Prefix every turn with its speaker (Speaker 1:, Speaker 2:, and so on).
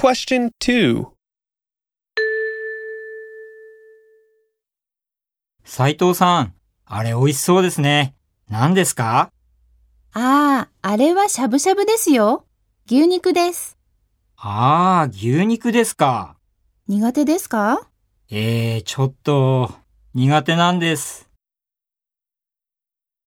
Speaker 1: Question 2.
Speaker 2: 斉藤さん、あれ美味しそうですね。何ですか
Speaker 3: ああ、あれはしゃぶしゃぶですよ。牛肉です。
Speaker 2: ああ、牛肉ですか。
Speaker 3: 苦手ですか
Speaker 2: えー、ちょっと、苦手なんです。